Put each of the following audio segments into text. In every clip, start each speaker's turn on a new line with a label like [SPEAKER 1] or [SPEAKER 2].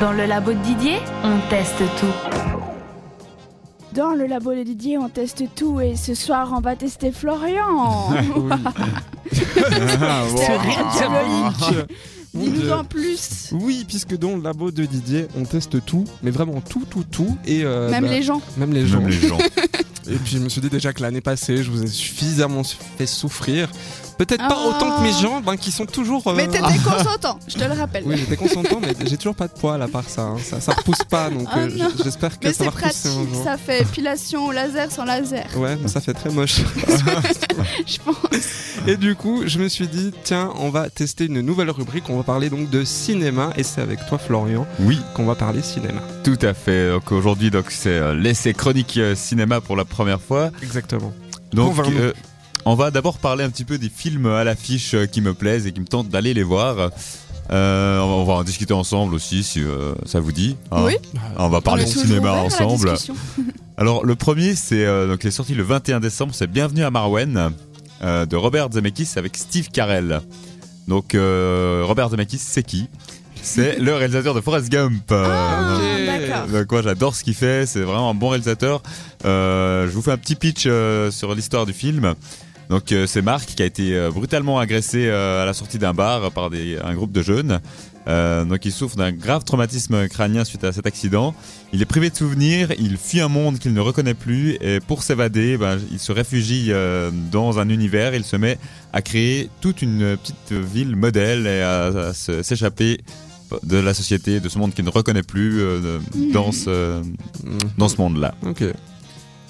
[SPEAKER 1] Dans le labo de Didier, on teste tout.
[SPEAKER 2] Dans le labo de Didier, on teste tout et ce soir, on va tester Florian.
[SPEAKER 3] Ah,
[SPEAKER 2] C'est
[SPEAKER 3] wow.
[SPEAKER 2] rien de diabolique.
[SPEAKER 3] Mon
[SPEAKER 2] Dis-nous
[SPEAKER 3] Dieu.
[SPEAKER 2] en plus.
[SPEAKER 3] Oui, puisque dans le labo de Didier, on teste tout, mais vraiment tout, tout, tout, et euh,
[SPEAKER 2] Même
[SPEAKER 3] bah,
[SPEAKER 2] les gens.
[SPEAKER 3] même les gens.
[SPEAKER 4] Même Ah, les gens.
[SPEAKER 3] Et puis je me suis dit déjà que l'année passée, je vous ai suffisamment fait souffrir. Peut-être pas
[SPEAKER 2] Oh.
[SPEAKER 3] autant que mes jambes, hein, qui sont toujours. euh,
[SPEAKER 2] Mais t'étais consentant, je te le rappelle.
[SPEAKER 3] Oui, j'étais consentant, mais j'ai toujours pas de poils à part ça. hein. Ça, ça repousse pas, donc
[SPEAKER 2] Oh
[SPEAKER 3] euh,
[SPEAKER 2] non.
[SPEAKER 3] j- j'espère que
[SPEAKER 2] Mais
[SPEAKER 3] ça
[SPEAKER 2] c'est
[SPEAKER 3] va repousser un
[SPEAKER 2] pratique,
[SPEAKER 3] jour.
[SPEAKER 2] ça fait épilation au laser sans laser,
[SPEAKER 3] Ouais, mais ça fait très moche.
[SPEAKER 2] je pense.
[SPEAKER 3] Et du coup, je me suis dit, tiens, on va tester une nouvelle rubrique. On va parler donc de cinéma, et c'est avec toi, Florian,
[SPEAKER 4] Oui,
[SPEAKER 3] qu'on va parler cinéma.
[SPEAKER 4] tout à fait. Donc aujourd'hui, donc c'est euh, l'essai chronique euh, cinéma pour la première fois.
[SPEAKER 3] Exactement.
[SPEAKER 4] Donc
[SPEAKER 3] Convainc-nous.
[SPEAKER 4] euh, on va d'abord parler un petit peu des films à l'affiche euh, qui me plaisent et qui me tentent d'aller les voir. Euh, on va- on va en discuter ensemble aussi si euh, ça vous dit.
[SPEAKER 3] Ah,
[SPEAKER 4] hein.
[SPEAKER 2] Oui.
[SPEAKER 4] On va parler
[SPEAKER 2] On est toujours
[SPEAKER 4] cinéma
[SPEAKER 2] ouvert à la
[SPEAKER 4] ensemble.
[SPEAKER 2] discussion.
[SPEAKER 4] Alors le premier, c'est euh, donc les sorties le 21 décembre, c'est Bienvenue à Marwen euh, de Robert Zemeckis avec Steve Carell. Donc euh, Robert Zemeckis, c'est qui C'est le réalisateur de Forrest Gump. euh,
[SPEAKER 2] Ah,
[SPEAKER 3] Ok.
[SPEAKER 2] d'accord.
[SPEAKER 4] donc moi j'adore ce qu'il fait, c'est vraiment un bon réalisateur. Euh, je vous fais un petit pitch euh, sur l'histoire du film. Donc euh, c'est Marc qui a été euh, brutalement agressé euh, à la sortie d'un bar par des- un groupe de jeunes. Euh, donc il souffre d'un grave traumatisme crânien suite à cet accident. Il est privé de souvenirs, il fuit un monde qu'il ne reconnaît plus et pour s'évader, ben, il se réfugie euh, dans un univers. Il se met à créer toute une petite ville modèle et à, à se- s'échapper de la société, de ce monde qu'il ne reconnaît plus euh, de- dans ce, dans ce monde-là.
[SPEAKER 3] Ok.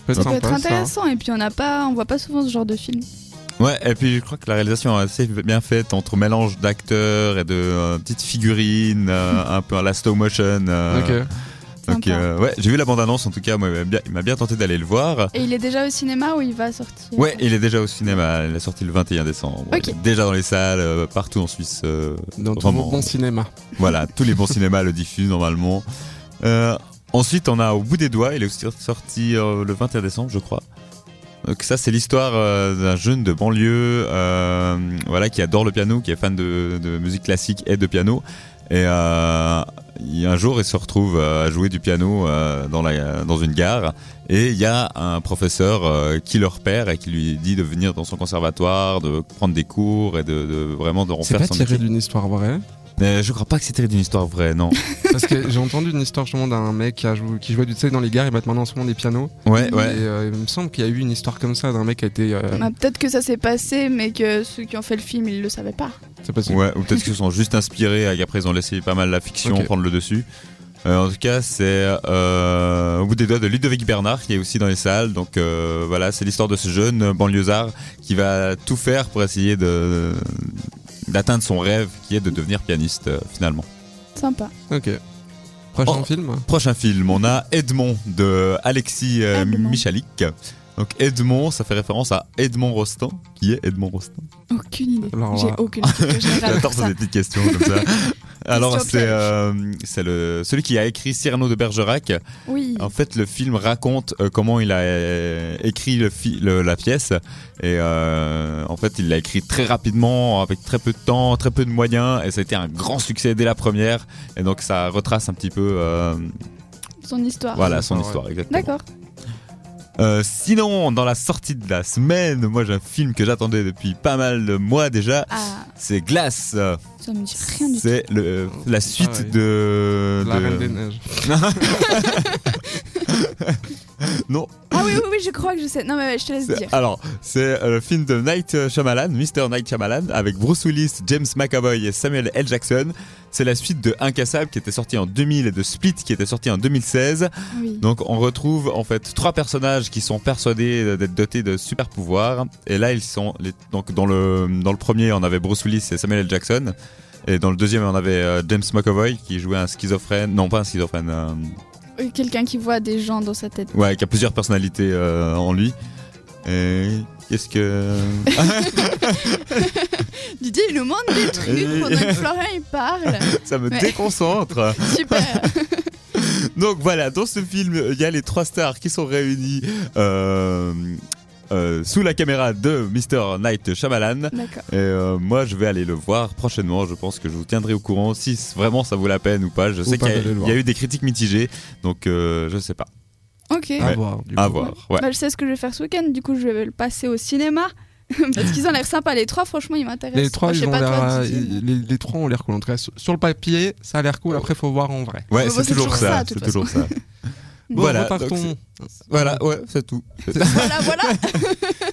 [SPEAKER 3] Peut
[SPEAKER 2] Ça peut être
[SPEAKER 3] sympa, ça.
[SPEAKER 2] intéressant et puis on n'a pas, on voit pas souvent ce genre de film.
[SPEAKER 4] Ouais, et puis je crois que la réalisation est assez bien faite entre mélange d'acteurs et de euh, petites figurines, euh, un peu à la slow motion. euh,
[SPEAKER 3] Ok.
[SPEAKER 4] Donc
[SPEAKER 2] Sympa.
[SPEAKER 4] euh, ouais, j'ai vu la bande-annonce en tout cas, moi, il m'a bien- il m'a bien tenté d'aller le voir.
[SPEAKER 2] Et il est déjà au cinéma ou il va sortir
[SPEAKER 4] Ouais, il est déjà au cinéma, il est sorti le 21 décembre.
[SPEAKER 2] Ok.
[SPEAKER 4] Il est Déjà dans les salles, euh, partout en Suisse. euh,
[SPEAKER 3] Dans tout
[SPEAKER 4] Vraiment.
[SPEAKER 3] mon bon cinéma.
[SPEAKER 4] voilà, tous les bons cinémas le diffusent normalement. Euh, ensuite, on a Au bout des doigts, il est aussi sorti euh, le 21 décembre, je crois. Donc ça, c'est l'histoire euh, d'un jeune de banlieue euh, voilà, qui adore le piano, qui est fan de, de musique classique et de piano. Et euh, il- un jour, il se retrouve euh, à jouer du piano euh, dans, la, dans une gare. Et il y a un professeur euh, qui le repère et qui lui dit de venir dans son conservatoire, de prendre des cours et de, de vraiment de
[SPEAKER 3] C'est
[SPEAKER 4] refaire
[SPEAKER 3] pas
[SPEAKER 4] son
[SPEAKER 3] tiré
[SPEAKER 4] métier.
[SPEAKER 3] d'une histoire vraie
[SPEAKER 4] Euh, je crois pas que c'est tiré d'une histoire vraie, non.
[SPEAKER 3] Parce que j'ai entendu une histoire justement d'un mec qui, a joué, qui jouait du thé dans les gares et maintenant en ce moment des pianos.
[SPEAKER 4] Ouais,
[SPEAKER 3] Et
[SPEAKER 4] ouais.
[SPEAKER 3] euh, il me semble qu'il y a eu une histoire comme ça d'un mec qui a été. euh,
[SPEAKER 2] Bah, Peut-être que ça s'est passé, mais que ceux qui ont fait le film, ils le savaient pas.
[SPEAKER 3] c'est possible.
[SPEAKER 4] Ouais, ou peut-être qu'ils se sont juste inspirés et après ils ont laissé pas mal la fiction
[SPEAKER 3] Ok.
[SPEAKER 4] prendre le dessus. Euh, en tout cas, c'est euh, au bout des doigts de Ludovic Bernard qui est aussi dans les salles. Donc euh, voilà, c'est l'histoire de ce jeune banlieusard qui va tout faire pour essayer de d'atteindre son rêve qui est de devenir pianiste euh, finalement.
[SPEAKER 2] Sympa.
[SPEAKER 3] Ok. Prochain
[SPEAKER 4] Oh.
[SPEAKER 3] film
[SPEAKER 4] Prochain film, on a Edmond de Alexis euh,
[SPEAKER 2] Edmond.
[SPEAKER 4] Michalik. Donc Edmond, ça fait référence à Edmond Rostand. Qui est Edmond Rostand
[SPEAKER 2] Aucune idée.
[SPEAKER 3] Alors, euh,
[SPEAKER 2] J'ai
[SPEAKER 3] voilà.
[SPEAKER 2] aucune idée. J'adore
[SPEAKER 4] J'adore
[SPEAKER 2] pour
[SPEAKER 4] poser
[SPEAKER 2] ça.
[SPEAKER 4] des petites questions comme ça. Alors,
[SPEAKER 2] Question
[SPEAKER 4] c'est euh, c'est le celui qui a écrit Cyrano de Bergerac.
[SPEAKER 2] Oui.
[SPEAKER 3] Hein.
[SPEAKER 4] En fait, le film raconte euh, comment il a euh, écrit le fi- le- la pièce. Et euh, en fait, il l'a écrit très rapidement, avec très peu de temps, très peu de moyens. Et ça a été un grand succès dès la première. Et donc, ça retrace un petit peu euh,
[SPEAKER 2] Son histoire.
[SPEAKER 4] voilà, son
[SPEAKER 3] Ouais.
[SPEAKER 4] histoire. Exactement.
[SPEAKER 2] Oh. D'accord.
[SPEAKER 4] Euh, sinon, dans la sortie de la semaine, moi, j'ai un film que j'attendais depuis pas mal de mois déjà.
[SPEAKER 2] Ah,
[SPEAKER 4] C'est Glace.
[SPEAKER 2] ça me dit rien du tout.
[SPEAKER 4] C'est le- euh, la suite
[SPEAKER 3] Ah oui.
[SPEAKER 4] de,
[SPEAKER 3] La
[SPEAKER 4] Euh, de-
[SPEAKER 3] Reine des Neiges.
[SPEAKER 4] Non.
[SPEAKER 2] Ah oui, oui, oui, je crois que je sais. Non, mais ouais, je te laisse
[SPEAKER 4] c'est-
[SPEAKER 2] dire.
[SPEAKER 4] Alors, c'est euh, le film de Night Shyamalan, Mr. Night Shyamalan, avec Bruce Willis, James McAvoy et Samuel L. Jackson. C'est la suite de Incassable qui était sorti en 2000 et de Split qui était sorti en 2016.
[SPEAKER 2] Oui.
[SPEAKER 4] Donc on retrouve en fait trois personnages qui sont persuadés d'être dotés de super pouvoirs. Et là ils sont les- donc dans le dans le premier on avait Bruce Willis et Samuel L. Jackson. Et dans le deuxième on avait euh, James McAvoy qui jouait un schizophrène, non pas un schizophrène, un-
[SPEAKER 2] Oui, Quelqu'un qui voit des gens dans sa tête.
[SPEAKER 4] ouais qui a plusieurs personnalités euh, en lui. Et qu'est-ce que
[SPEAKER 2] Didier, il nous montre des trucs pendant que Florian il parle.
[SPEAKER 4] ça me
[SPEAKER 2] Ouais.
[SPEAKER 4] déconcentre.
[SPEAKER 2] Super.
[SPEAKER 4] Donc voilà, dans ce film, il y a les trois stars qui sont réunies euh, euh, sous la caméra de Mr. Night Shyamalan.
[SPEAKER 5] D'accord.
[SPEAKER 4] Et euh, moi, je vais aller le voir prochainement. Je pense que je vous tiendrai au courant si c- vraiment ça vaut la peine ou pas. Je sais
[SPEAKER 3] pas
[SPEAKER 4] qu'il y, a-
[SPEAKER 3] d'aller le
[SPEAKER 4] il
[SPEAKER 3] voir.
[SPEAKER 4] y a eu des critiques mitigées, donc euh, je sais pas.
[SPEAKER 2] Ok.
[SPEAKER 3] À
[SPEAKER 4] Ouais.
[SPEAKER 3] voir. du
[SPEAKER 4] À
[SPEAKER 3] coup.
[SPEAKER 4] voir. Ouais.
[SPEAKER 2] Bah, je sais ce que je vais faire ce week-end, du coup je vais le passer au cinéma. Parce qu'ils ont l'air sympas, les trois, franchement, ils m'intéressent.
[SPEAKER 3] Les trois,
[SPEAKER 2] Enfin, Ah, je sais
[SPEAKER 3] ils ont
[SPEAKER 2] pas, toi,
[SPEAKER 3] l'air, euh,
[SPEAKER 2] Didier, mais-
[SPEAKER 3] ils- les, les trois ont l'air cool. En tout cas, sur sur le papier, ça a l'air cool. Après, faut voir en vrai.
[SPEAKER 4] Ouais,
[SPEAKER 2] Bon,
[SPEAKER 4] c'est toujours ça.
[SPEAKER 2] de
[SPEAKER 4] C'est
[SPEAKER 2] toute
[SPEAKER 4] toujours ça.
[SPEAKER 3] Bon,
[SPEAKER 4] Voilà, donc
[SPEAKER 3] repartons.
[SPEAKER 4] Voilà, ouais, c'est tout.
[SPEAKER 2] Voilà, voilà.